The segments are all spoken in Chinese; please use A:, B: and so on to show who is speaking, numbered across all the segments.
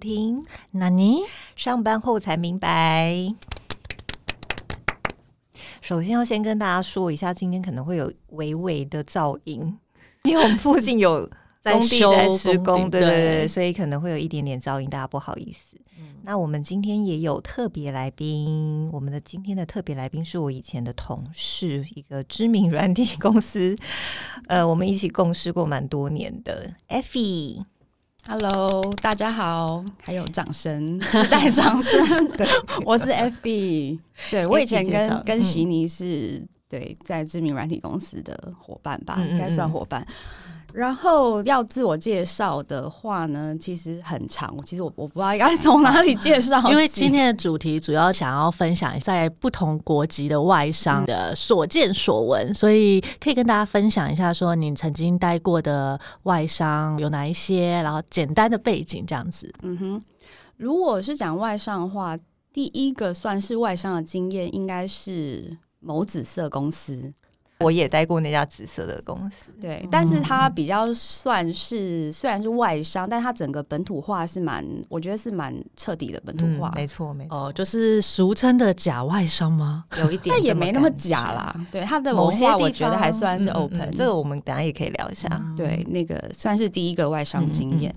A: 听。
B: 那你
A: 上班后才明白。首先要先跟大家说一下，今天可能会有微微的噪音，因为我们附近有工地
B: 修
A: 在施工，
B: 地
A: 对对对，所以可能会有一点点噪音，大家不好意思。那我们今天也有特别来宾，我们的今天的特别来宾是我以前的同事，一个知名软体公司，呃，我们一起共事过蛮多年的 Effie。
C: Hello，大家好，还有 掌声，自带掌声。我是 FB，对我以前
A: FB 介绍
C: 跟跟
A: 嗯
C: 悉尼是、对在知名软体公司的伙伴吧，
A: 嗯嗯
C: 应该算
A: 嗯
C: 伙伴。然后要自我介绍的话呢，其实很长，其实我我不知道该从哪里介 绍起，
B: 因为今天的主题主要想要分享在不同国籍的外商的所见所闻，所以可以跟大家分享一下，说你曾经待过的外商有哪一些，然后简单的背景这样子。
C: 嗯哼，如果是讲外商的话，第一个算是外商的经验，应该是某紫色公司。
A: 我也待过那家紫色的公司，
C: 对，但
A: 嗯
C: 是它比较算是虽然是外商，但它整个本土化是蛮，我觉得是蛮彻底的本土化，
A: 嗯没错没错，
B: 哦，就是俗称的假外商吗？
A: 有一点，
C: 但也没那么假。啦。对，它的
A: 哦某
C: 文
A: 些
C: 化
A: 地
C: 我
A: 方
C: 觉得还算是
A: 嗯嗯嗯
C: open，、
A: 这嗯个我们等一下也可以聊一下。
B: 嗯
C: 对那个算是第一个外商经验，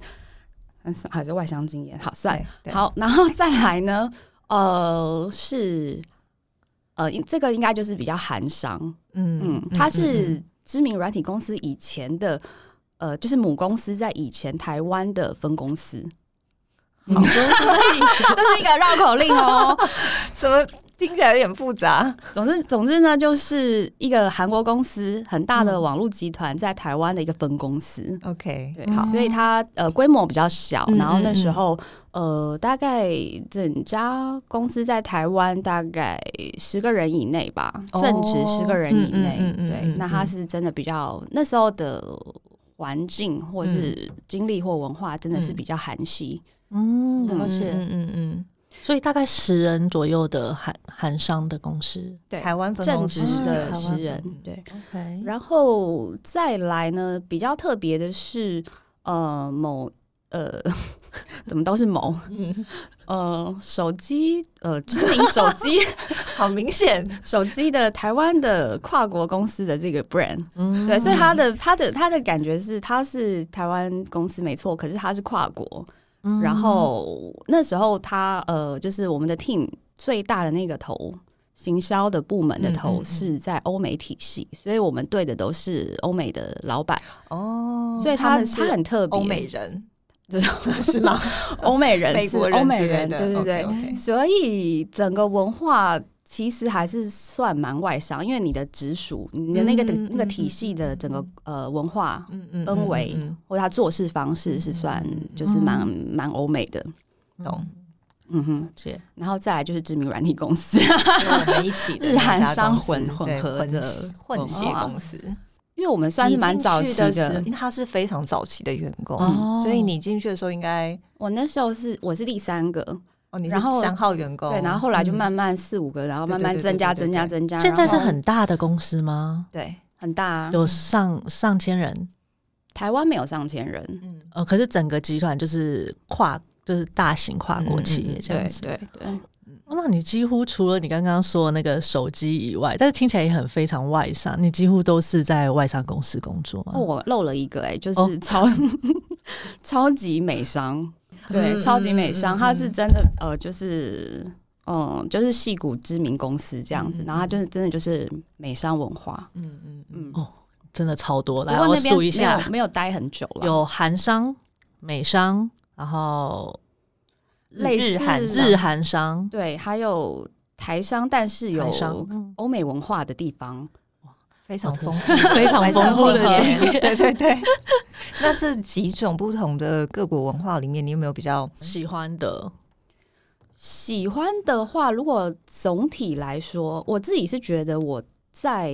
C: 还是还是外商经验，好算
A: 对，嗯对，
C: 好，然后再来呢，呃，是呃，应这个应该就是比较韩商，
A: 嗯
C: 嗯，它是知名软体公司以前的，呃，就是母公司在以前台湾的分公司，
B: 好多类型
C: 这是一个绕口令哦。
A: 怎么听起来有点复杂？
C: 总之，总之呢，就是一个韩国公司很大
A: 嗯
C: 的网络集团在台湾的一个分公司。
A: OK，
C: 对，
B: 嗯
C: 好，所以它呃规模比较小，
A: 嗯
C: 然后那时候呃大概整家公司在台湾大概十个人以内吧，
A: 哦
C: 正值十个人以内
A: 嗯嗯嗯嗯。
C: 对
A: 嗯，
C: 那它是真的比较那时候的环境或是
A: 嗯
C: 经历或文化真的是比较韩系。
B: 嗯，了
A: 嗯
B: 解。
A: 嗯嗯
B: 所以大概十人左右的韩韩商的公司。
A: 嗯，
C: 对
A: 台湾分
C: 正
A: 公司
C: 直的
B: 台湾
C: 十人
A: 嗯，
C: 对，
B: OK，
C: 然后再来呢，比较特别的是，呃，某呃， 怎么都是某， 呃，手机呃，知名手机
A: 好明显，
C: 手机的台湾的跨国公司的这个 brand，
B: 嗯
C: 对，所以它的它的它的感觉是它是台湾公司没错，可是它是跨国。
B: 嗯
C: 然后那时候它呃，就是我们的 team 最大的那个头。行销的部门的
A: 嗯嗯
C: 头
A: 嗯
C: 是在欧美体系，所以我们对的都是欧美的老板。
A: 哦，
C: 所以
A: 他
C: 他
A: 们
C: 他
A: 是
C: 很特别，
A: 欧美人，
C: 这种
A: 是吗？
C: 欧美 人
A: 美
C: 是
A: 国人、
C: 欧美人，对对对，
A: OK，
C: 所以整个文化其实还是算蛮外商，因为你的直属、你的那个、
A: 嗯嗯
C: 那个体系的整个呃文化
A: 嗯嗯
C: 氛围或他做事方式是算就是蛮
A: 嗯
C: 蛮欧美的，
A: 懂。
C: 嗯哼
B: 了。解
C: 然后再来就是知名软体公司，
A: 嗯 我们一起的
C: 日韩商
A: 那家公司
C: 混混
A: 对
C: 合
A: 混
C: 的
A: 混血
C: 文化
A: 公司，
C: 因为我们算是蛮早期
A: 你进去时候
C: 的
A: 因。为他是非常早期的员工，
B: 哦
A: 所以你进去的时候应该
C: 我那时候是我是第三个，
A: 哦，你是
C: 然后
A: 三号员工，
C: 对，然后后来就
A: 嗯
C: 慢慢四五个，然后慢慢
A: 对对对
C: 增加
A: 对对
C: 增加
A: 对
C: 增加。
B: 现在是
C: 然后
B: 很大的公司吗？
A: 对，
C: 很大啊，
B: 有上上千人，
C: 台湾没有上千人，
A: 嗯，
B: 呃，可是整个集团就是跨，就是大型跨国企业这样子。
C: 嗯对对，
B: 哦那你几乎除了你刚刚说的那个手机以外，但是听起来也很非常外商，你几乎都是在外商公司工作吗？
C: 哦我漏了一个哎、就
B: 哦
C: 是超、 超级美商，对，
A: 嗯
C: 超级美商，
A: 嗯嗯
C: 它是真的呃，就是嗯，就是戏骨知名公司这样子，
A: 嗯嗯
C: 然后它就是真的就是美商文化，
A: 嗯嗯嗯，
C: 嗯，
B: 哦真的超多，
C: 不
B: 来
C: 过
B: 我
C: 那边
B: 数
C: 没
B: 一下，
C: 有没有待很久了，
B: 有韩商、美商，然后
C: 类似
A: 日韩
C: 日
B: 日韩商、
C: 对，还有台商，但是有
B: 台商，嗯
C: 欧美文化的地方，
A: 非常
B: 好特
A: 丰富， 非
B: 常丰富的经验
A: 对对对。那这几种不同的各国文化里面，你有没有比较
B: 喜欢的，
C: 喜欢的话，如果总体来说，我自己是觉得我在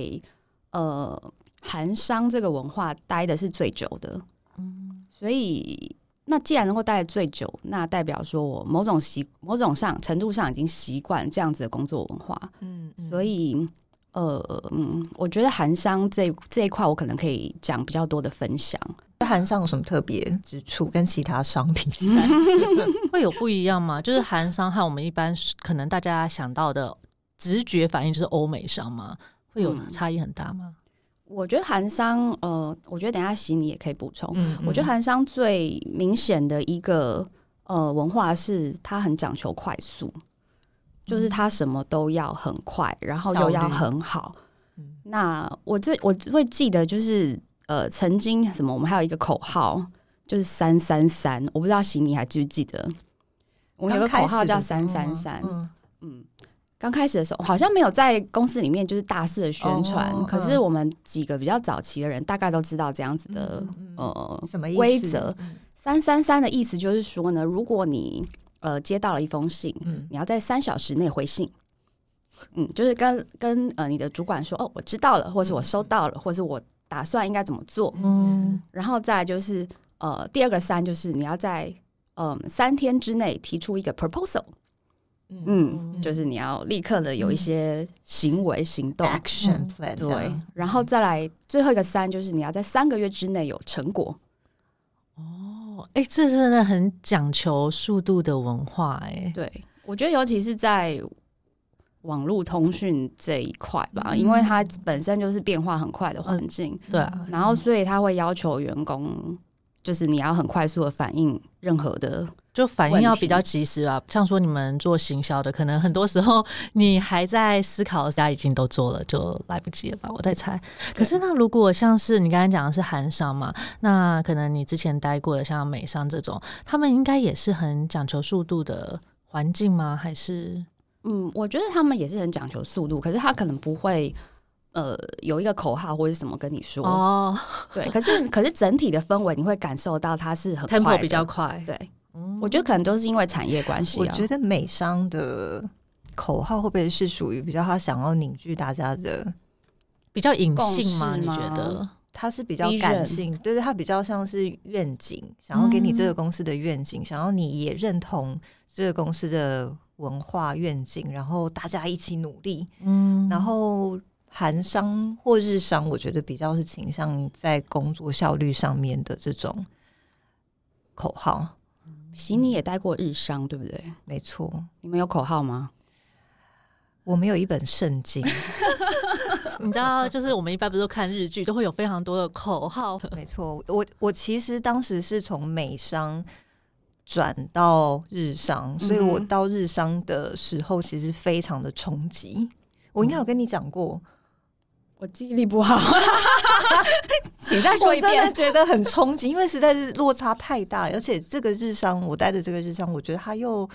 C: 呃韩商这个文化待的是最久的，
B: 嗯，
C: 所以那既然能够待的最久，那代表说我某种习某种上程度上已经习惯这样子的工作文化，
A: 嗯，
C: 所以呃嗯，我觉得韩商这这一块我可能可以讲比较多的分享。
A: 韩商有什么特别之处？跟其他商比起
C: 嗯
A: 来，
B: 会有不一样吗？就是韩商和我们一般可能大家想到的直觉反应就是欧美商吗？会有
C: 嗯
B: 差异很大吗？
C: 我觉得韩商，呃，我觉得等一下洗你也可以补充。
A: 嗯
C: 我觉得韩商最明显的一个呃文化是，它很讲求快速，就是它什么都要很快，然后又
A: 嗯效
C: 要
A: 率
C: 很好。
A: 嗯
C: 那我最我会记得就是呃，曾经什么，我们还有一个口号就是三三三，我不知道喜你还记不记得？我们有个口号叫三三三，
A: 嗯
C: 嗯。刚开始的时候，好像没有在公司里面就是大肆的宣传，
A: 哦
C: 可是我们几个比较早期的人，大概都知道这样子的、
A: 嗯嗯
C: 呃
A: 什么意思
C: 规则？三三三的意思就是说呢，如果你呃接到了一封信，
A: 嗯，
C: 你要在三小时内回信。嗯，就是跟跟呃你的主管说哦，我知道了，或是我收到了，或是我打算应该怎么做。
B: 嗯，
C: 然后再来就是呃第二个三就是你要在嗯、三天之内提出一个 proposal。嗯，
B: 嗯
C: 就是你要立刻的有一些行为行动。
A: action plan 这
C: 嗯对
A: 样，
C: 然后再来最后一个三就是你要在三个月之内有成果。
B: 哦，哎、这真的很讲求速度的文化、哎，
C: 对，我觉得尤其是在网络通讯这一块吧，
B: 嗯
C: 因为它本身就是变化很快的环境，
B: 对啊，
C: 然后所以它会要求员工，就是你要很快速的反应任何的，
B: 就反应要比较
C: 问
B: 及时啊。像说你们做行销的，可能很多时候你还在思考，大家已经都做了，就来不及了吧？我在猜。可是那如果像是你刚才讲的是韩商嘛，那可能你之前待过的像美商这种，他们应该也是很讲求速度的环境吗？还是
C: 嗯，我觉得他们也是很讲求速度，可是他可能不会。呃，有一个口号或者什么跟你说，
B: 哦
C: 对，可是可是整体的氛围你会感受到它是很快
B: ，tempo
C: 的
B: 比较快？
C: 对，
B: 嗯
C: 我觉得可能都是因为产业关系
A: 我
C: 啊，
A: 觉得美商的口号会不会是属于比较他想要凝聚大家的？
B: 比较隐
C: 共
B: 性吗？
C: 识
B: 你觉
C: 吗
B: 得？
A: 他是比较
C: Vision
A: 感性，对对，他比较像是愿景，想要给你这个公司的愿景，想要你也认同这个公司的文化愿景，然后大家一起努力。
B: 嗯
A: 然后韩商或日商，我觉得比较是倾向在工作效率上面的这种口号，
C: 悉尼也待过日商，对不对？
A: 没错。
C: 你们有口号吗？
A: 我们有一本圣经，
B: 你知道，就是我们一般不是都看日剧，都会有非常多的口号。
A: 没错。我我其实当时是从美商转到日商，所以我
C: 嗯哼
A: 到日商的时候其实非常的冲击。我
C: 嗯
A: 应该有跟你讲过，
C: 我记忆力 不好，请再
A: 我真的。觉得很冲击，因为实在是落差太大，而且这个日商，我待的这个日商，我觉得它又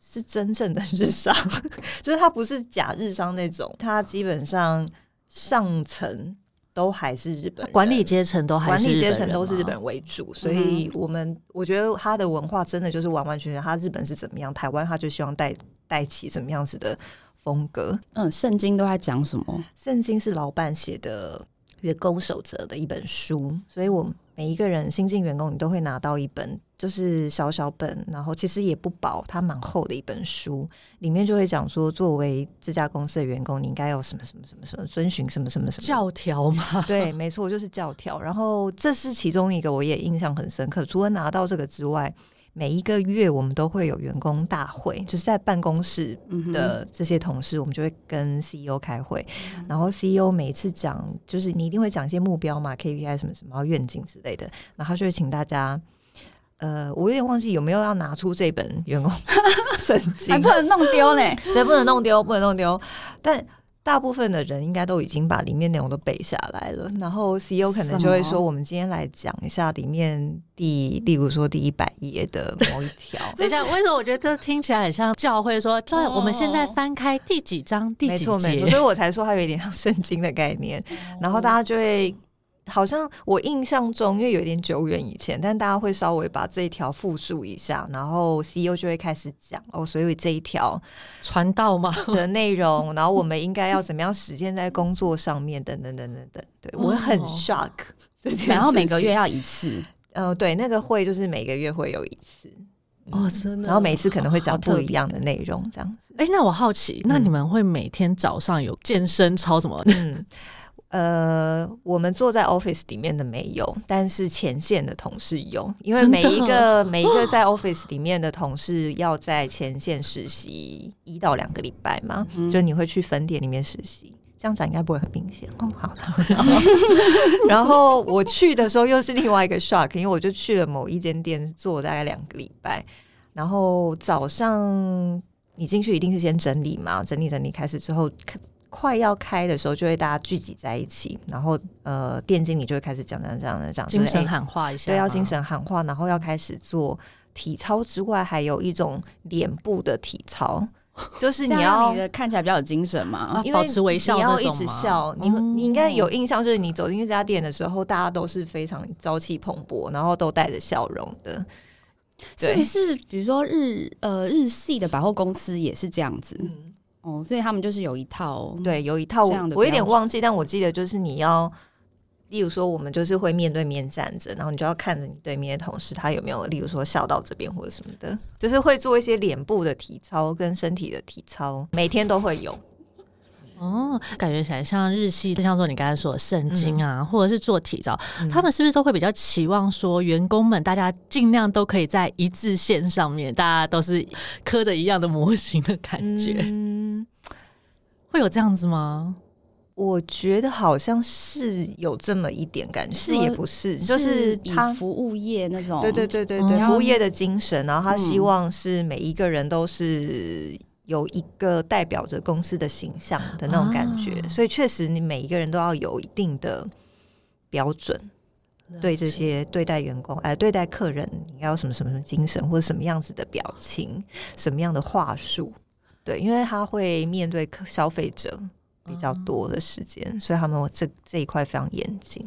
A: 是真正的日商， 就是它不是假日商那种，它基本上上层都还是日本人
B: 管理。阶层都哦还
A: 管
B: 是
A: 理
B: 日本
A: 阶
B: 人嗯
A: 层都是日本
B: 吗，
A: 人为主，所以我们我觉得它的文化真的就是完完全全，它日本是怎么样，台湾它就希望带带起怎么样子的风格。
C: 嗯，圣经都在讲什么？
A: 圣经是老板写的员工守则的一本书，所以我每一个人新进员工，你都会拿到一本，就是小小本，然后其实也不薄，它蛮厚的一本书，里面就会讲说，作为这家公司的员工，你应该要什么什么什么什么，遵循什么什么什么。
B: 教条 嘛。
A: 对，没错，就是教条。然后这是其中一个，我也印象很深刻。除了拿到这个之外，每一个月我们都会有员工大会，就是在办公室
C: 嗯哼，
A: 的这些同事，我们就会跟 CEO 开会，
C: 嗯
A: 然后 CEO 每次讲，就是你一定会讲一些目标嘛，KPI 什么什么，然后愿景之类的，然后他就会请大家，呃，我有点忘记有没有要拿出这本员工 圣
C: 还
A: 经
C: 不，能弄丢 呢。
A: 对，不能弄丢，不能弄丢，但。大部分的人应该都已经把里面内容都背下来了，然后 CEO 可能就会
C: 什
A: 说：“
C: 么
A: 我们今天来讲一下里面第，例如说第一百页的某一 条，
B: 等一下，为什么我觉得这听起来很像教会说？这
C: 哦
B: 我们现在翻开第几章第
A: 没
B: 几
A: 错没
B: 节？哦
A: 错，所以我才说它有一点像圣经的概念。然后大家就会，好像我印象中，因为有点久远以前，但大家会稍微把这一条复述一下，然后 CEO 就会开始讲哦，所以这一条
B: 传道吗？
A: 的内容，然后我们应该要怎么样实践在工作上面，等等等等等。对我很
B: 哦
A: shock 这件事情。
C: 然后每个月要一次，
A: 呃，对，那个会就是每个月会有一次， 嗯
B: 哦，真的。
A: 然后每次可能会讲
C: 好特
A: 不
C: 别
A: 一样的内容，这样子。
B: 嗯哎，那我好奇，那你们会每天早上有健身操什么？
A: 嗯， 呃，我们坐在 office 里面的没有，但是前线的同事有，因为
B: 真的
A: 每一个每一个在 office 里面的同事要在前线实习一到两个礼拜嘛，
C: 嗯
A: 就你会去分店里面实习。这样讲应该不会很明显哦。好，然后然后我去的时候又是另外一个 shock，因为我就去了某一间店做大概两个礼拜，然后早上你进去一定是先整理嘛，整理整理开始之后，快要开的时候就会大家聚集在一起，然后呃，店经理就会开始讲讲讲讲讲，
B: 精
A: 就是
B: 神
A: 哎
B: 喊话一下，
A: 对，要精。神喊话，然后要开始做体操之外，还有一种脸部的体 操，就是你哦
C: 这样让
A: 要
C: 你。的看起来比较有精神嘛
B: 啊。
A: 因为
B: 保持微笑
A: 你要
B: 那
A: 一
B: 种
A: 直
B: 吗
A: 笑。你会
B: 嗯
A: 你应该有印象，就是你走进这家店的时候，大家都是非常朝气蓬勃，然后都带着笑容的。
C: 是不是？比如说日呃日系的百货公司也是这样子
A: 嗯，
C: 哦，所以他们就是有一套
A: 对，有一套
C: 嗯这样
A: 我
C: 的
A: 我有
C: 标
A: 点
C: 准
A: 忘记，但我记得就是你要，例如说我们就是会面对面站着，然后你就要看着你对面的同事他有没有，例如说笑到这边或者什么的，就是会做一些脸部的体操跟身体的体操，每天都会有。
B: 哦，感觉起来像日系，就像说你刚才说的圣经啊，或者是做体操，
A: 嗯
B: 他们是不是都会比较期望说员工们大家尽量都可以在一致线上面，大家都是刻着一样的模型的感觉，
A: 嗯，
B: 会有这样子吗？
A: 我觉得好像是有这么一点感觉，是也不是，就是
C: 以
A: 他。
C: 服务业那种，
A: 对对对对
B: 嗯
A: 对，
B: 然
A: 服
C: 后
A: 务业的精神，然后他希
C: 嗯
A: 望是每一个人都是有一个代表着公司的形象的那种感觉，
B: 啊
A: 所以确实你每一个人都要有一定的标准，对这些对待员工，哎，对待客人，你要什么什么什么精神，或者什么样子的表情，什么样的话术，对，因为他会面对客消费者比较多的时间，所以他们这这一块非常严谨。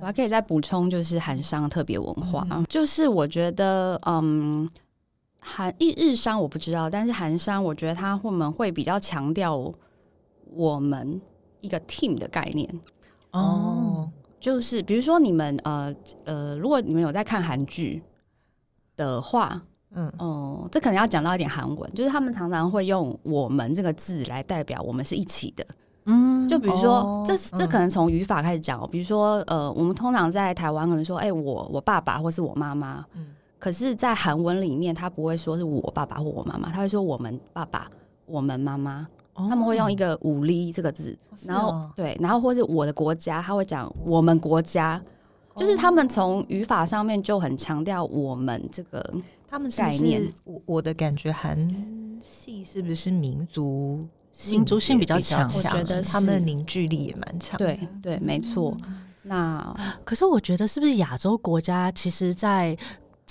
C: 我还可以再补充，就是韩商特别文化，
B: 嗯
C: 就是我觉得，嗯，韩日日商我不知道，但是韩商我觉得他我们会比较强调我们一个 team 的概念，
B: 哦，
C: 就是比如说你们呃呃，如果你们有在看韩剧的话，
A: 嗯，
C: 哦、这可能要讲到一点韩文，就是他们常常会用“我们”这个字来代表我们是一起的。
B: 嗯，
C: 就比如说，
A: 哦
C: 这这
A: 嗯
C: 可能从语法开始讲、哦，比如说，呃，我们通常在台湾可能说，哎、我我爸爸或是我妈妈，
A: 嗯
C: 可是，在韩文里面，他不会说是我爸爸或我妈妈，他会说我们爸爸、我们妈妈，他们会用一
B: 个
C: 个“武力”这个字，
A: 哦是
C: 然后、
A: 哦
C: 对，然后或是我的国家，他会讲我们国家，就是他们从语法上面就很强调我们这个，
A: 他们是不
C: 概
A: 是
C: 念
A: 我我的感觉，韩系是不是民族
B: 民族性
A: 比
B: 比较
A: 强？
B: 强
C: 我觉得
A: 他们的
C: 是
A: 凝聚力也蛮强。
C: 对，对，没错。
A: 嗯
C: 那
B: 哦可是我觉得，是不是亚洲国家其实，在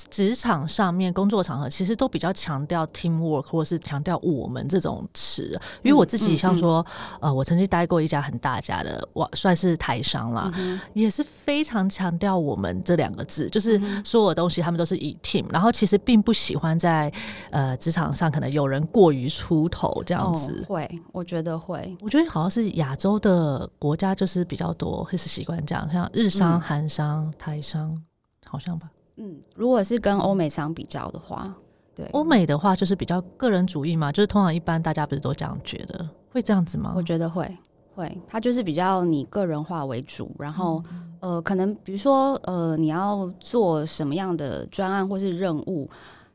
B: 职场上面、工作场合，其实都比较强调 teamwork，或是强调我们这种词。因为我自己
C: 嗯
B: 像说，呃，我曾经待过一家很大家的，哇，算是台商啦，
C: 嗯
B: 也是非常强调我们这两个字，就是
C: 嗯哼
B: 所有东西他们都是以 team，然后其实并不喜欢在呃职场上可能有人过于出头这样子。
C: 哦、会，我觉得会，
B: 我觉得好像是亚洲的国家就是比较多会是习惯这样，像日商、
C: 嗯
B: 韩商、台商，好像吧。
C: 嗯，如果是跟欧美商比较的话，对，
B: 欧美的话就是比较个人主义嘛，就是通常一般大家不是都这样觉得，会这样子吗
C: 我？觉得会会，它就是比较你个人化为主，然后、呃，可能比如说呃，你要做什么样的专案或是任务，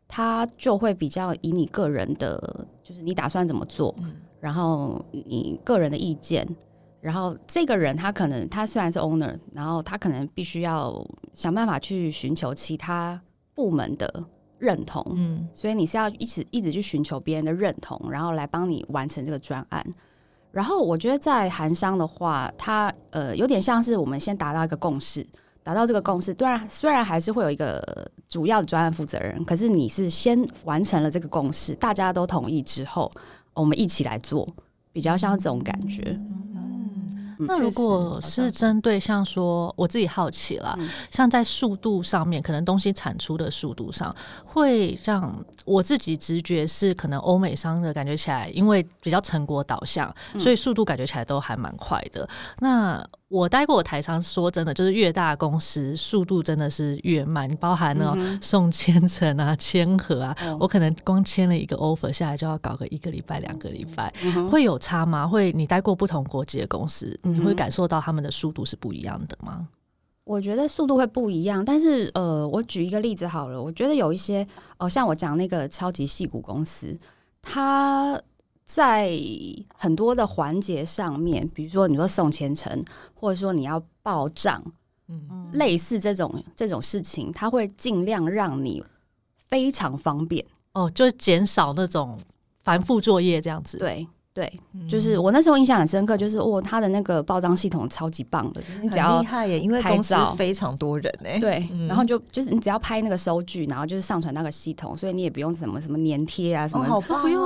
C: 它就会比较以你个人的，就是你打算怎么做，然后你个人的意见。然后这个人他可能他虽然是 owner，然后他可能必须要想办法去寻求其他部门的认同，
A: 嗯，
C: 所以你是要一直一直去寻求别人的认同，然后来帮你完成这个专案。然后我觉得在韩商的话，它呃有点像是我们先达到一个共识，达到这个共识，虽然虽然还是会有一个呃主要的专案负责人，可是你是先完成了这个共识，大家都同意之后，我们一起来做，比较像这种感觉。
A: 嗯
B: 那如果
A: 确实好
B: 是
A: 像
B: 针对像说我自己好奇啦，
C: 嗯
B: 像在速度上面，可能东西产出的速度上，会让我自己直觉是可能欧美商的感觉起来，因为比较成果导向，
C: 嗯
B: 所以速度感觉起来都还蛮快的。那我待过的台商，说真的，就是越大公司速度真的是越慢，包含那种
C: 嗯
B: 送签证啊、签合啊，
C: 哦
B: 我可能光签了一个 offer 下来就要搞个一个礼拜、两个礼拜，
C: 嗯哼
B: 会有差吗？会你待过不同国籍的公司，你
C: 嗯
B: 会
C: 哼
B: 感受到他们的速度是不一样的吗？
C: 我觉得速度会不一样，但是呃，我举一个例子好了，我觉得有一些哦、呃像我讲那个超级戏骨公司，它在很多的环节上面，比如说你说送千层，或者说你要报账，
A: 嗯，
C: 类似这种这种事情，它会尽量让你非常方便。
B: 哦，就减少那种繁复作业这样子。，
C: 对对，
A: 嗯
C: 就是我那时候印象很深刻，就是哦，它的那个报账系统超级棒的，就是你只
A: 很
C: 要
A: 厉害耶，因为
C: 拍
A: 公司
C: 照
A: 非常多人哎，
C: 对，
A: 嗯
C: 然后就就是你只要拍那个收据，然后就是上传那个系统，所以你也不用什么什么粘贴啊什
A: 哦，
C: 么。
A: 好棒哦，
B: 不用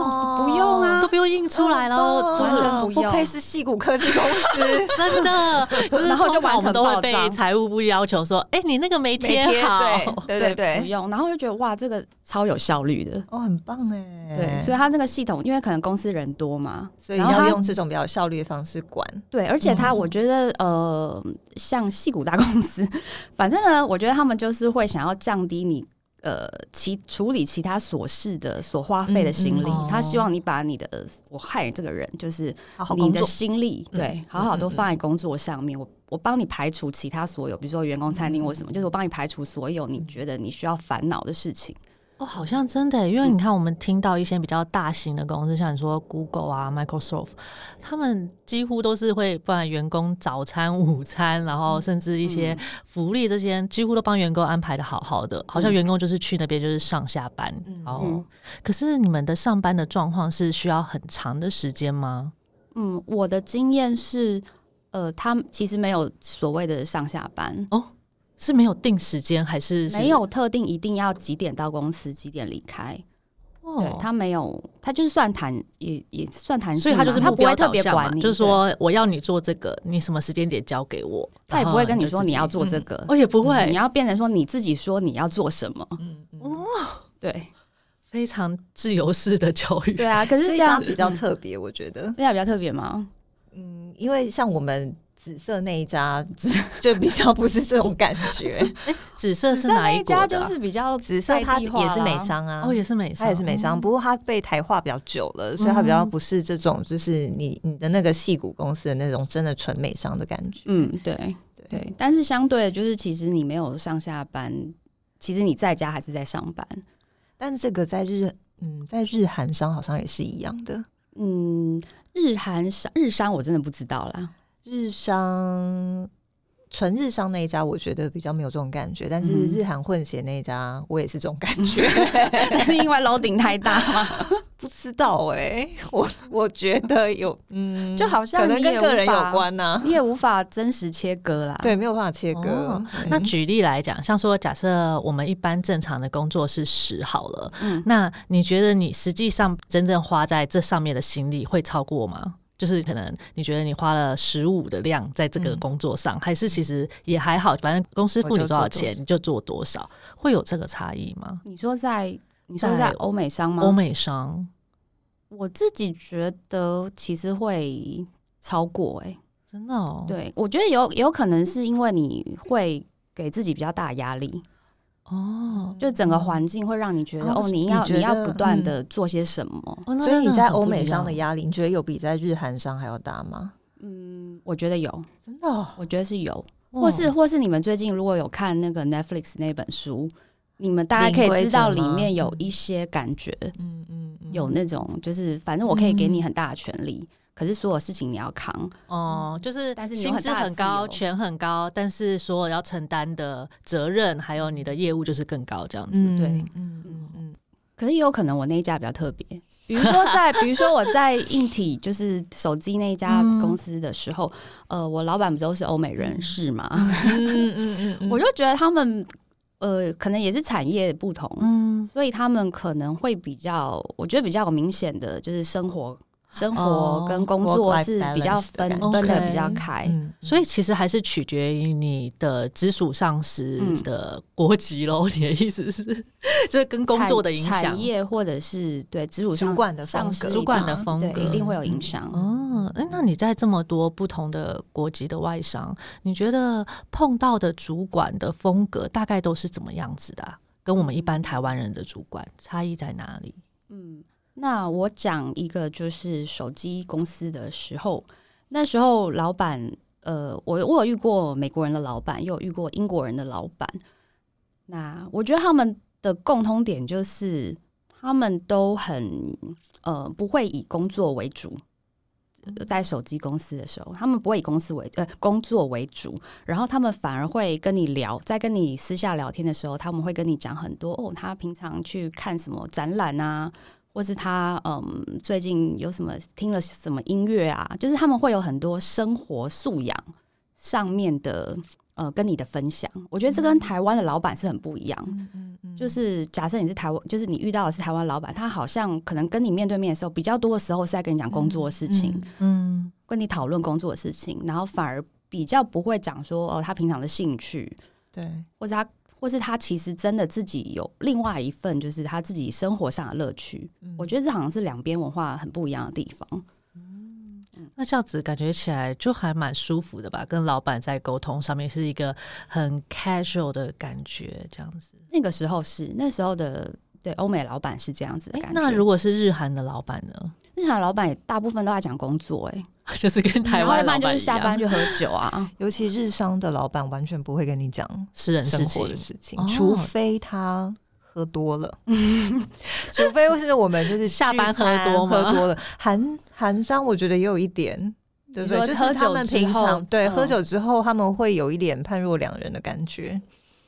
C: 不用
B: 哦
C: 啊嗯
B: 都不用印出来喽，真
A: 好棒哦
B: 的
C: 完全不用
A: 愧是戏骨科技公司，
B: 真的，就是
C: 然后
B: 通
C: 就
B: 常我们
C: 完成
B: 都会
C: 报
B: 被
C: 账
B: 财务部要求说，哎、你那个没
A: 每
B: 贴
A: 天
B: 好。
A: 对对对
C: 不
A: 对，
C: 用，然后就觉得哇，这个超有效率的。
A: 哦，很棒哎，
C: 对，所以它那个系统，因为可能公司人多嘛，
A: 所以
C: 然后
A: 要
C: 它
A: 用这种比较有效率的方式管，
C: 对，而且它
B: 嗯
C: 我觉得、呃，像戏骨大公司，反正呢，我觉得他们就是会想要降低你呃其处理其他琐事的所花费的心力，
B: 嗯嗯
C: 他希望
B: 哦
C: 你把你的我害这个人就是
A: 好好
C: 你
A: 工
C: 的
A: 作。
C: 心力，
A: 嗯
C: 对，好好都
A: 嗯嗯嗯
C: 放在工作上面。
B: 嗯
C: 我我帮你排除其他所有，比如说员工餐厅或什么，就是我帮你排除所有你觉得你需要烦恼的事情。
B: 哦，好像真的耶，
C: 嗯
B: 因为你看，我们听到一些比较大型的公司，像你说 Google 啊、Microsoft，他们几乎都是会帮员工早餐、午餐，然
C: 嗯
B: 后甚至一些福利这些，几乎都帮员工安排的好好的，好像员工就是去那边就是上下班。
A: 嗯
B: 哦，
C: 嗯
B: 可是你们的上班的状况是需要很长的时间吗？
C: 嗯，我的经验是，呃，他们其实没有所谓的上下班，
B: 是没有定时间还是是
C: 没？有特定一定要几点到公司，几点离开。对
B: 哦
C: 他没有，他就是算弹，也也算弹性
B: 所
C: 嘛，
B: 以他就是
C: 他
B: 目
C: 不会
B: 标
C: 特
B: 导
C: 别
B: 向嘛
C: 管，你，
B: 就是说我要你做这个，你什么时间点交给我，
C: 对，他也不会跟你
B: 然后
C: 说
B: 就自
C: 你
B: 己
C: 要做这
A: 嗯
C: 个，
B: 哦，也不会，
C: 你要变成说你自己说你要做什么。
A: 嗯，嗯
B: 哦
C: 对
B: 非常自由式的教育。
C: 对啊，可是
A: 这
C: 这
A: 样
C: 样
A: 比较特别，我觉得，
C: 这样比较特别吗？
A: 嗯，因为像我们紫色那一家就比较不是这种感觉，
B: 紫色是哪
C: 一
B: 国的
C: 家
B: 啊？
C: 就是比较
A: 紫色它
C: 在地化
A: 也是美
C: 啦，
A: 商啊，
B: 哦，也是美商，
A: 它也是美商，
B: 哦
A: 不过它被台化比较久了，所以它比较
B: 嗯
A: 不是这种，就是你你的那个戏骨公司的那种真的纯美商的感觉。
C: 嗯，对对。但是相对的，就是其实你没有上下班，其实你在家还是在上班。
A: 但这个在日嗯，在日韩商好像也是一样的。
C: 嗯，日韩商日商我真的不知道啦。
A: 日商纯日商那一家，我觉得比较没有这种感觉，但是
C: 嗯
A: 日韩混血那一家，我也是这种感觉。
C: 是因为 loading 太大吗？
A: 不知道哎、 我我觉得有嗯，
C: 就好像
A: 可能
C: 你
A: 跟
C: 也
A: 个
C: 无
A: 人有
C: 法啊
A: 关呐、
C: 你也无法真实切割啦。
A: 对，没有办法切割。嗯
B: 哦
A: 对
B: 那举例来讲，像说，假设我们一般正常的工作是十好了，
C: 嗯
B: 那你觉得你实际上真正花在这上面的心力会超过吗？就是可能你觉得你花了十五的量在这个
A: 嗯
B: 工作上，还是其实也还好，反正公司付
A: 我
B: 你
A: 就
B: 多少
A: 做多
B: 钱你就做多少，会有这个差异吗？
C: 你说在你说
B: 在
C: 在欧美商吗？
B: 欧美商
C: 我自己觉得其实会超过哎、欸
B: 真的哦，
C: 对，我觉得有有可能是因为你会给自己比较大的压力，
B: 哦，
C: 就整个环境会让你觉得
A: 哦
C: 哦，你
A: 你
C: 要
A: 觉
C: 你要
A: 得嗯
C: 不断的做些什么。
B: 哦那
A: 所以
B: 真的
A: 你在
B: 很
A: 欧
B: 不
A: 美
B: 一
A: 商
B: 样哦
A: 的压力，你觉得有比在日韩商还要大吗？
C: 嗯，我觉得有，
A: 真的、哦，
C: 我觉得是有，
B: 哦
C: 或是或是你们最近如果有看那个 Netflix 那本书，你们大概可
A: 零规
C: 以
A: 则
C: 知道里
A: 吗
C: 面有
A: 嗯
C: 一些感觉，
A: 嗯嗯
C: 有那种就是反正我可以给你很大的权利，可是所有事情你要扛。
B: 哦，就是
C: 但是你有
B: 薪
C: 很
B: 资
C: 大的
B: 很
C: 自
B: 高，
C: 由
B: 权很高，但是所有要承担的责任还有你的业务就是更高这样子。
A: 嗯
C: 对
A: 嗯嗯嗯，
C: 可是也有可能我那一家比较特别，比如说在，比如说我在硬体就是手机那一家
B: 嗯
C: 公司的时候，呃，我老板不都是欧美人士嘛，
A: 嗯嗯嗯
C: 我就觉得他们呃，可能也是产业不同，
B: 嗯，
C: 所以他们可能会比较，我觉得比较有明显的就是生活、生
B: 哦
C: 活跟工作
A: work-life
C: 是比较
A: balance 的
C: 分
A: 感
B: 觉
C: 分的
B: OK
C: 比较开。
A: 嗯，
B: 所以其实还是取决于你的直属上司
C: 嗯
B: 的国籍喽。 你的意思是，就是跟工
C: 产
B: 作的影响
C: 产。业或者是对直属上
A: 主管的
C: 上
A: 风
C: 司
A: 格嗯
B: 主管的
C: 上司
B: 风
C: 对
B: 格
C: 一定会有影响。
B: 哦，诶那你在这么多不同的国籍的外商，你觉得碰到的主管的风格大概都是怎么样子的啊、跟我们一般台湾人的主管差异在哪里？
C: 嗯，那我讲一个就是手机公司的时候，那时候老板，呃，我我有遇过美国人的老板，也有遇过英国人的老板。那我觉得他们的共通点就是，他们都很呃不会以工作为主。呃在手机公司的时候，他们不会以公司为呃工作为主，然后他们反而会跟你聊，在跟你私下聊天的时候，他们会跟你讲很多哦，他平常去看什么展览啊，或是他嗯最近有什么听了什么音乐啊，就是他们会有很多生活素养上面的呃跟你的分享。我觉得这跟台湾的老板是很不一样。
A: 嗯
B: 嗯
C: 就是假设你是台湾，就是你遇到的是台湾老板，他好像可能跟你面对面的时候，比较多的时候是在跟你讲工作的事情，
B: 嗯，
C: 跟你讨论工作的事情，然后反而比较不会讲说哦，他平常的兴趣，
A: 对，
C: 或是他，或是他其实真的自己有另外一份，就是他自己生活上的乐趣。
B: 嗯
C: 我觉得这好像是两边文化很不一样的地方。
B: 那这样子感觉起来就还蛮舒服的吧？跟老板在沟通上面是一个很 casual 的感觉，这样子。
C: 那个时候是那时候的。对，欧美老板是这样子的
B: 诶
C: 感觉。
B: 那如果是日韩的老板呢？
C: 日韩老板也大部分都在讲工作、欸，
B: 就是跟台
C: 然后
B: 湾
C: 一
B: 老板
C: 般就是
B: 嗯一
C: 下
B: 样
C: 班去喝酒啊。
A: 尤其日商的老板完全不会跟你讲
B: 私人事
A: 生活
B: 情
A: 的，事情
B: 哦，
A: 除非他喝多 了，除非是我们就是
B: 下班
A: 聚餐
B: 喝多吗
A: 喝多了。韩韩商我觉得也有一点，对不对？
C: 你说
A: 就是
C: 喝
A: 他
C: 酒
A: 们
C: 之
A: 平
C: 后
A: 常对
C: 嗯
A: 喝酒之后，他们会有一点判若两人的感觉。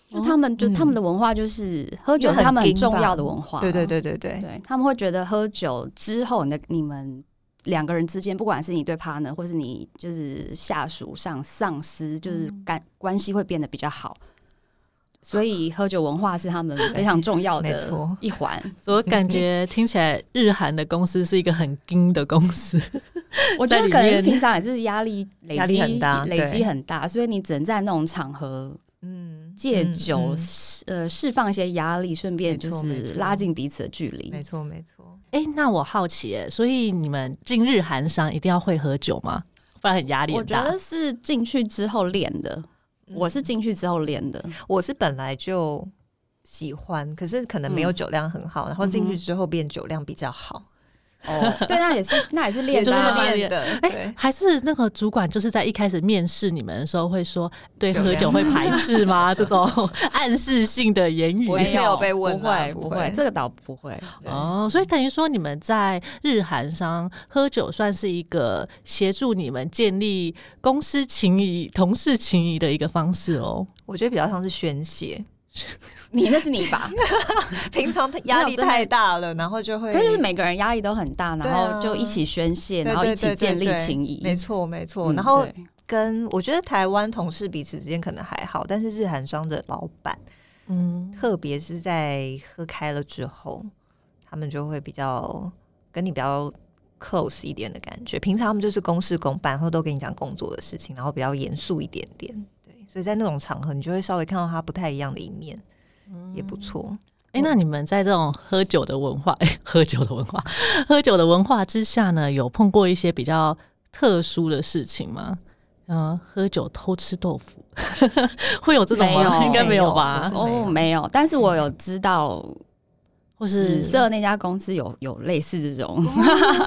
C: 就他们，就
A: 嗯
C: 他们的文化就是喝酒
A: 因为
C: 是
A: 很
C: 他们很
A: 硬吧
C: 重要的文化。啊
A: 对对对对对，
C: 对，他们会觉得喝酒之后，你的你们两个人之间，不管是你对 partner 或是你就是下属上上司，就是
A: 嗯
C: 感关系会变得比较好。所以喝酒文化是他们非常重 要
A: 没
C: 的
A: 错
C: 一环。
B: 所以我感觉听起来日韩的公司是一个很硬的公司，
C: 我觉
B: 在
C: 得
B: 里
C: 可能
B: 面
C: 平常也是压 力累积
A: 压力很大
C: 累积
A: 对
C: 很大，所以你只能在那种场合
A: 嗯，
C: 借
A: 嗯
C: 酒、
A: 嗯
C: 呃释放一些压力，顺便
A: 没
C: 就
A: 错没
C: 是
A: 错
C: 拉近彼此的距离。
A: 没错没错。
B: 哎、那我好奇耶，所以你们进日韩商一定要会喝酒吗？不然很压力
C: 我
B: 很
C: 觉
B: 大
C: 得。是进去之后练的，
A: 嗯
C: 我是进去之后练的。
A: 我是本来就喜欢，可是可能没有
C: 嗯
A: 酒量很好，然后进
C: 嗯
A: 去
C: 哼
A: 之后变酒量比较好，
C: 哦， 对，那也是那也是
A: 也
C: 练
A: 是
C: 的、
B: 慢
C: 啊。
B: 慢
A: 练的。
B: 哎、
A: 对
B: 还是那个主管就是在一开始面试你们的时候会说对
A: 酒
B: 喝
A: 量
B: 酒会排斥 吗？这种暗示性的言语
A: 我是没有被问
C: 不
A: 啊
C: 会
A: 不
C: 不
A: 会
C: 会，这个倒不会。
A: 对
B: 哦，所以等于说你们在日韩商喝酒算是一个协助你们建立公司情谊、同事情谊的一个方式喽。
A: 我觉得比较像是宣 泄，
C: 你那是你 吧？
A: 平常压力太大了，然后就会
C: 可是就是每个人压力都很大，
A: 对
C: 然
A: 啊
C: 后就一起宣泄，
A: 对
C: 然后一
A: 对
C: 起
A: 对
C: 建立
A: 对对
C: 情谊。
A: 没错没错。
C: 嗯
A: 然后
C: 对
A: 跟我觉得台湾同事彼此之间可能还好，但是日韩商的老板，
B: 嗯，
A: 特别是在喝开了之后，他们就会比较跟你比较 close 一点的感觉。平常他们就是公事公办，然后都跟你讲工作的事情，然后比较严肃一点点。对，所以在那种场合，你就会稍微看到他不太一样的一面，也
C: 嗯
A: 不错。
B: 哎、那你们在这种喝酒的文化、哎， 喝酒的文化、喝酒的文化之下呢，有碰过一些比较特殊的事情吗？嗯，喝酒偷吃豆腐， 会有这种
C: 没
B: 吗？
C: 有
B: 应该没有吧
A: 没有？
C: 哦，没有，嗯但是我有知道
B: 或
C: 紫
B: 是
C: 色那家公司有有类似这种。
A: 哦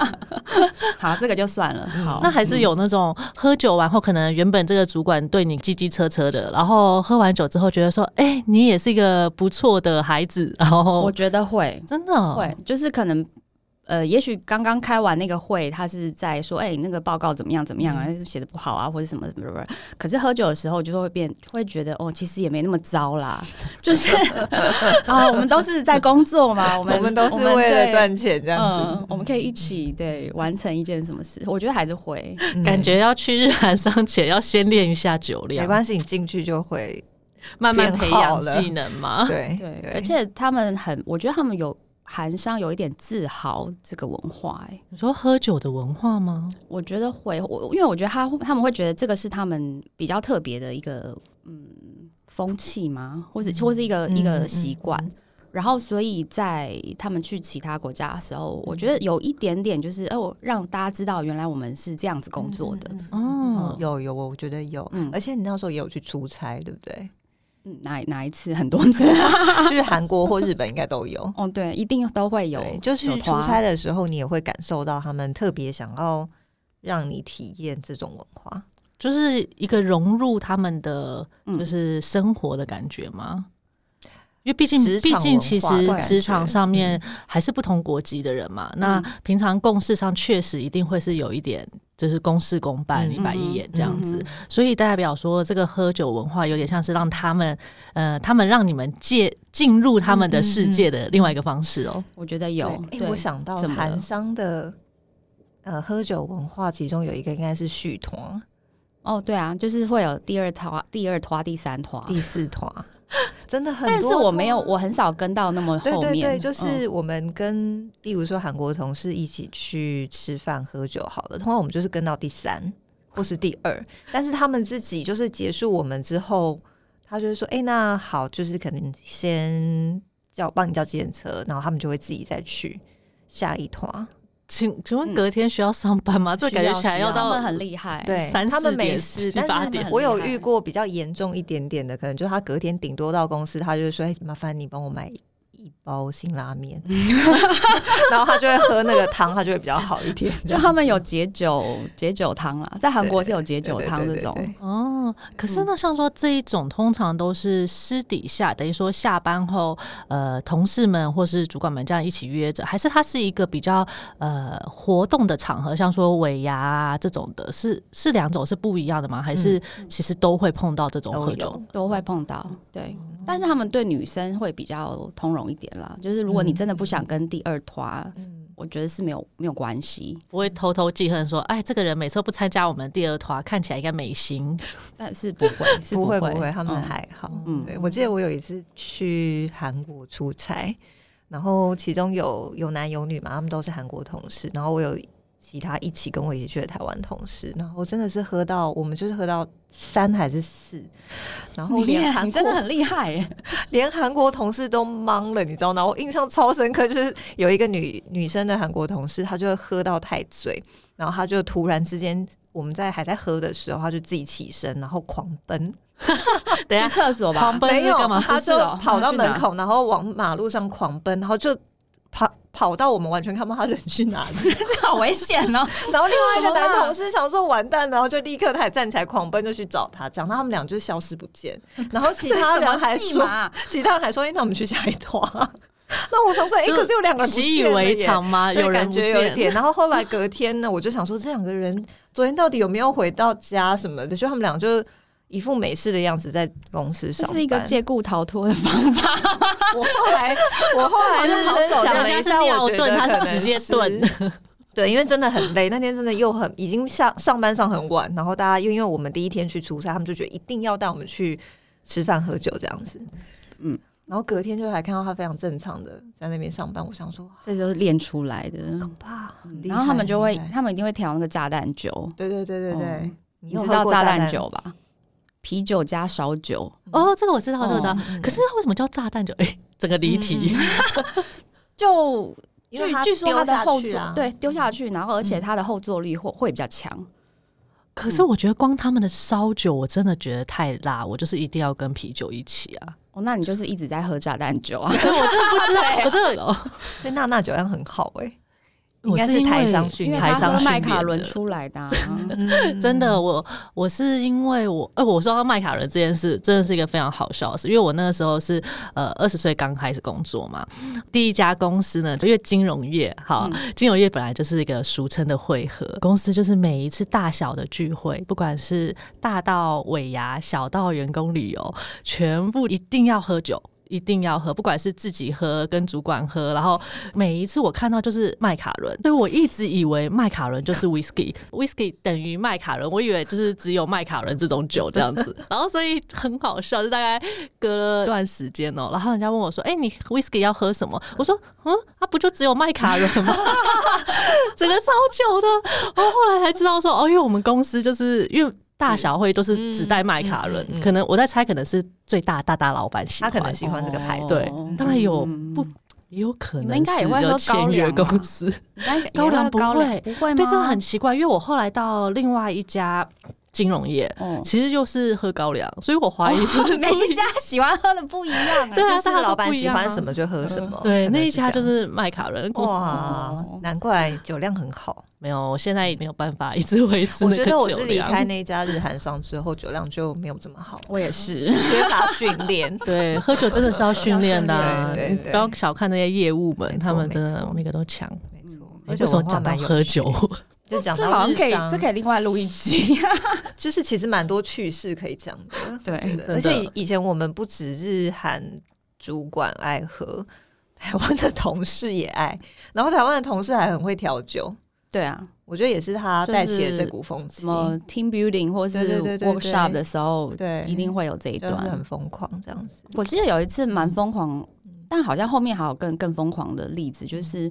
C: 好，这个就算了。
A: 嗯
C: 好，
B: 那还是有那种喝酒完后，可能原本这个主管对你叽叽车车的，然后喝完酒之后觉得说，哎、你也是一个不错的孩子， 然
C: 我
B: 后
C: 觉得会，
B: 真的哦
C: 会，就是可能。呃，也许刚刚开完那个会，他是在说，哎、你那个报告怎么样怎么样啊，
A: 嗯
C: 写的不好啊，或者什么什么什么。可是喝酒的时候，就会变，会觉得哦，其实也没那么糟啦，就是 啊，我们都是在工作嘛，我们
A: 我们都是为了，赚钱这
C: 对
A: 样子，
C: 嗯，我们可以一起对完成一件什么事，我觉得还是会，
A: 嗯
B: 感觉要去日韩商前要先练一下酒量，
A: 没关系，你进去就会
B: 慢慢
A: 变
B: 培
A: 好
B: 养
A: 了
B: 技能嘛。
A: 对
C: 啊对，而且他们很，我觉得他们有韩商有一点自豪这个文化、哎。
B: 你说喝酒的文化吗？
C: 我觉得会，我因为我觉得他他们会觉得这个是他们比较特别的一个嗯风气吗？或者或是一个、
A: 嗯
C: 一个习惯。然后所以在他们去其他国家的时候，我觉得有一点点就是，哦，我让大家知道原来我们是这样子工作的。
A: 嗯
B: 哦，
A: 有有，我觉得有，
C: 嗯
A: 而且你那时候也有去出差，对不对？
C: 嗯，哪哪一次很多次？
A: 去韩国或日本应该都有。
C: 哦，对，一定都 会有
A: 对，，就是
C: 有
A: 出
C: 团
A: 差的时候，你也会感受到他们特别想要让你体验这种文化。
B: 就是一个融入他们的
C: 嗯
B: 就是生活的感觉吗？因为毕竟
A: 职，场
B: 毕竟
A: 文化
B: 其
A: 的
B: 实
A: 感觉
B: 职场上面还是不同国籍的人嘛。那平常共事上确实一定会是有一点，就是公事公办、
A: 嗯
B: 一板一眼这样子。
C: 嗯
B: 所以代表说，这个喝酒文化有点像是让他们，呃，他们让你们介进入他们的世界的另外一个方式哦。
C: 我觉得有。
A: 对诶
C: 对
A: 我想到
C: 怎么了
A: 韩商的呃喝酒文化，其中有一个应该是续团、
C: 哦，对啊，就是会有第二团、第二团、第三团，
A: 第四团，真的很多团。啊
C: 但是我没有，我很少跟到那么
A: 对
C: 后面。
A: 对对，就
C: 嗯
A: 是我们跟，例如说韩国同事一起去吃饭喝酒，好了，通常我们就是跟到第三或是第二，但是他们自己就是结束我们之后，他就会说，哎、那好，就是可能先叫帮你叫计程车，然后他们就会自己再去下一团。
B: 请请问
C: 嗯
B: 隔天需要上班吗？这
A: 需要
B: 感觉起来要
A: 需要
B: 到
C: 他们很厉害。
A: 对，
B: 三
A: 他们
B: 四
A: 没
B: 点
A: 事，
B: 七
A: 但
B: 八
A: 是
C: 点
A: 我有
C: 很厉害
A: 遇过比较严重一点点的，可能就是他隔天顶多到公司，他就会说：“哎，麻烦你帮我买一包辛拉 面。” 然后他就会喝那个汤，他就会比较好一点。这
C: 就
A: 样
C: 他们有解酒解酒汤啦，在韩国是有解酒
A: 对对
C: 汤
A: 对
C: 这
A: 对
C: 种。
A: 对
B: 哦，可
A: 嗯
B: 是呢，像说这一种通常都是私底下，等于说下班后，呃，同事们或是主管们这样一起约着，还是它是一个比较呃活动的场合，像说尾牙啊这种的，是是两种是不一样的吗？还是其实都会碰到这种
A: 嗯都
B: 喝酒
A: 有？
C: 都会碰到，对，
A: 嗯
C: 但是他们对女生会比较通融一点啦。就是如果你
A: 嗯
C: 真的不想跟第二团，我觉得是没有没有关系。
B: 不会偷偷记恨说，哎，这个人每次都不参加我们第二团，看起来应该美心。
C: 但是不 会，是
A: 不
C: 会
A: 会不会，他们
C: 嗯
A: 还好。
C: 嗯
A: 对我记得我有一次去韩国出差，然后其中有有男有女嘛，他们都是韩国同事，然后我有其他一起跟我一起去的台湾同事，然后真的是喝到我们就是喝到三还是四，然后
C: 你
A: 连
C: 也
A: 哦韩
C: 你
A: 国
C: 真的很厉害耶！
A: 连韩国同事都懵了，你知道吗？我印象超深刻，就是有一个女女生的韩国同事，她就喝到太醉，然后她就突然之间。我们在还在喝的时候，她就自己起身，然后狂奔，
B: 等一下，
C: 去厕所吧
B: 狂，奔
A: 没
B: 是
A: 有
B: 干嘛？
A: 他
C: 不是
A: 就
C: 哦
A: 跑到
C: 他去哪
A: 门口，然后往马路上狂奔，然后就跑跑到我们完全看不到他人去哪 里。
C: 这好危险 哦！
A: 然后另外一
B: 怎
A: 个
B: 么啦
A: 男同事想说完蛋，然后就立刻他也站起来狂奔就去找他，讲到他们俩就消失不 见。然后其他人还
C: 这是什么戏
A: 说，
C: 码
A: 其他人还说，哎、那我们去下一团啊。那我想 说，哎、
B: 就是
A: 可是有两个人不
B: 习以
A: 见了
B: 为
A: 耶。
B: 常吗？
A: 对
B: 有人
A: 感
B: 不
A: 觉有一
B: 见。
A: 点，然后后来隔天呢，我就想说这两个人昨天到底有没有回到家什么的，就他们俩就一副没事的样子在公司
C: 这
A: 上班。
C: 是一个借故逃脱的方法。
A: 我后 来，我后来认真想了一下，我觉得可能是
B: 直接炖。
A: 对，因为真的很累，那天真的又很已经上上班上很晚，然后大家又因为我们第一天去出差，他们就觉得一定要带我们去吃饭喝酒这样子。嗯
C: 嗯，
A: 然后隔天就还看到他非常正常的在那边上班，我想说
C: 这就是练出来的。
A: 可怕，很厉害
C: 嗯然后他们就会
A: 很厉，害
C: 他们一定会调那个炸弹酒，
A: 对对对对对，
C: 哦
A: 你
C: 你
A: 有
C: 知
A: 喝
C: 道
A: 过
C: 炸
A: 弹
C: 弹酒吧？啤酒加烧酒，
B: 哦，这个我知道，这个我知道
C: 哦。
A: 嗯
B: 可是它为什么叫炸弹酒？哎、 整个离题。
C: 就
A: 因为
C: 据
A: 它
C: 据说
A: 丢
C: 它的
A: 下
C: 后
A: 去
C: 坐、
A: 啊嗯
C: 对丢
B: 嗯
C: 下去，然后而且它的后坐力会会比较强。
B: 可是我觉得光他们的烧酒，我真的觉得太辣，我就是一定要跟啤酒一起啊！
C: 哦，那你就是一直在喝炸弹酒啊？
B: 对，我真的 不知道， 我 真的，
A: 所以娜娜酒量很好哎、应
B: 我
A: 该
B: 是
A: 是
B: 因
A: 台
B: 为
A: 商训
C: 因为
A: 练
B: 台
C: 它
B: 商
C: 喝
B: 训
C: 麦
B: 练
C: 卡伦
B: 的嗯
C: 出来 的、啊，
B: 真
A: 嗯
B: 的，我我是因为我，呃，我说到麦卡伦这件事，真的是一个非常好笑的事，因为我那个时候是呃二十岁刚开始工作嘛，第一家公司呢，就因为金融业，哈，金融业本来就是一个俗称的汇合公司，就是每一次大小的聚会，不管是大到尾牙，小到员工旅游，全部一定要喝酒。一定要喝，不管是自己喝跟主管喝，然后每一次我看到就是麦卡伦，所以我一直以为麦卡伦就是 whisky，whisky 等于麦卡伦，我以为就是只有麦卡伦这种酒这样子，然后所以很好笑，就大概隔了一段时间哦、然后人家问我说：“哎、你 whisky 要喝什么？”我说：“嗯，啊，不就只有麦卡伦吗？”整个超久的，我后来才知道说，哦，因为我们公司就是因为大小会都是只带麦卡伦，
A: 嗯嗯嗯嗯
B: 可能我在猜，可能是最大大大老板喜
A: 他
B: 欢，
A: 可能喜欢这个牌子。
B: 对
C: 哦
B: 当然有
C: 嗯
B: 不也有可
C: 你
B: 能
C: 们应该也会喝
B: 是有签约
C: 高粱吧
B: 公司，
C: 应该也
B: 高粱
C: 会
B: 不
C: 高粱
B: 会
C: 不会吗？
B: 对，这个很奇怪，因为我后来到另外一家金融业，
C: 哦，
B: 其实就是喝高粱，所以我怀疑是 不一样、
C: 每一家喜欢喝的不一样欸。
B: 对啊
A: 就是
B: 大家都
A: 老板
B: 不一
A: 喜
B: 样啊
A: 欢什么就喝什么。
B: 对
A: 可能
B: 那一家就
A: 这样
B: 是麦卡伦。
A: 哇
C: 哦，
A: 难怪酒量很好。
B: 没有，我现在也没有办法一直维持
A: 我
B: 那
A: 觉
B: 个
A: 得我
B: 酒
A: 是离
B: 量。
A: 开那一家日韩商之后，酒量就没有这么好，
C: 我也是，
A: 缺乏训练。
B: 对，喝酒真的是要训练的、啊，
A: 要训练
B: 你
A: 对对
B: 不要小看那些业务们
A: 没，错
B: 他们真
A: 没
B: 的
A: 错
B: 每个都强。
A: 没错，
B: 嗯为
A: 而
B: 什
A: 且
B: 么
A: 文化
B: 讲到
A: 蛮有
B: 喝
A: 趣
B: 酒
A: 的，？就讲
C: 这好
A: 到
C: 像
A: 日
C: 可以，
A: 商
C: 这可以另外录一 集。啊
A: 就是其实蛮多趣事可以讲的。
C: 对，
B: 真的
A: 而且以以前我们不止日韩主管爱喝，台湾的同事也爱，然后台湾的同事还很会调酒，
C: 对啊，
A: 我觉得也是他带起了这股风气
C: 什，么 team building 或是
A: 对对对对对
C: workshop 的时候，
A: 对，
C: 一定会有这一
A: 就是
C: 段
A: 很。疯狂这样子。
C: 我记得有一次蛮疯狂，
A: 嗯
C: 但好像后面还有更更疯狂的例子，就是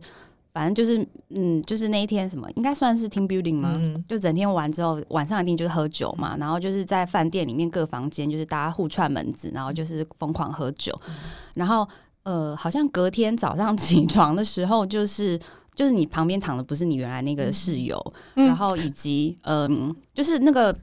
C: 反正就是嗯，就是那一天什么，应该算是 team building 吗？
A: 嗯，
C: 就整天玩之后，晚上一定就是喝酒嘛，然后就是在饭店里面各房间，就是大家互串门子，然后
B: 嗯
C: 就是疯狂喝酒，然后呃，好像隔天早上 起床的时候，就是就是你旁边躺的不是你原来那个室友，
B: 嗯
C: 然后以及嗯、就是那个。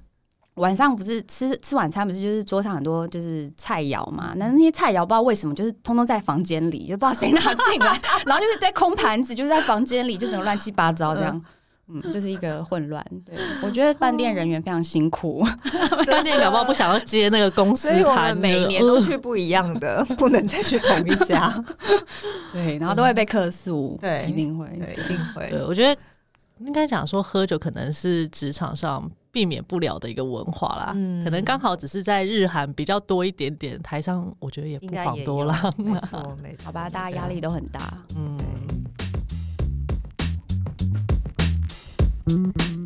C: 晚上不是吃吃晚餐，不是就是桌上很多就是菜肴嘛？
B: 嗯
C: 那那些菜肴不知道为什么就是通通在房间里，就不知道谁拿进来， 然后就是一堆空盘子，就是在房间里就整个乱七八糟这样。嗯，就是一个混乱。对，我
A: 哦
C: 觉得饭店人员非常辛苦。
B: 饭店搞不好不想要接那个公司
A: 所以我
B: 谈
A: 们
B: 的，
A: 每 年都去不一样的， 不能再去同一家。
C: 对，然后都会被客诉，
A: 对
C: 一定会。
A: 对，一定会。
B: 呃对，我觉得应该讲说喝酒可能是职场上避免不了的一个文化啦。
A: 嗯
B: 可能刚好只是在日韩比较多一点点，台上我觉得也不
A: 应该
B: 遑
A: 也
B: 多
A: 有
B: 让
A: 没
B: 啊。
A: 错，没错。
C: 好吧，大家压力都很大。
B: 嗯，
A: 对